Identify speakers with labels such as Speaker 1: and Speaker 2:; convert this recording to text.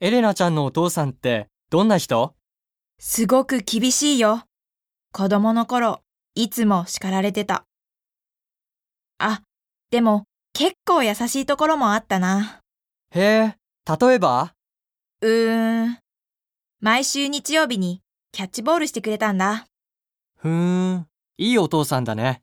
Speaker 1: エレナちゃんのお父さんってどんな人
Speaker 2: すごく厳しいよ。子供の頃、いつも叱られてた。あ、でも結構優しいところもあったな。
Speaker 1: へえ、例えば
Speaker 2: うーん。毎週日曜日にキャッチボールしてくれたんだ。
Speaker 1: ふーん、いいお父さんだね。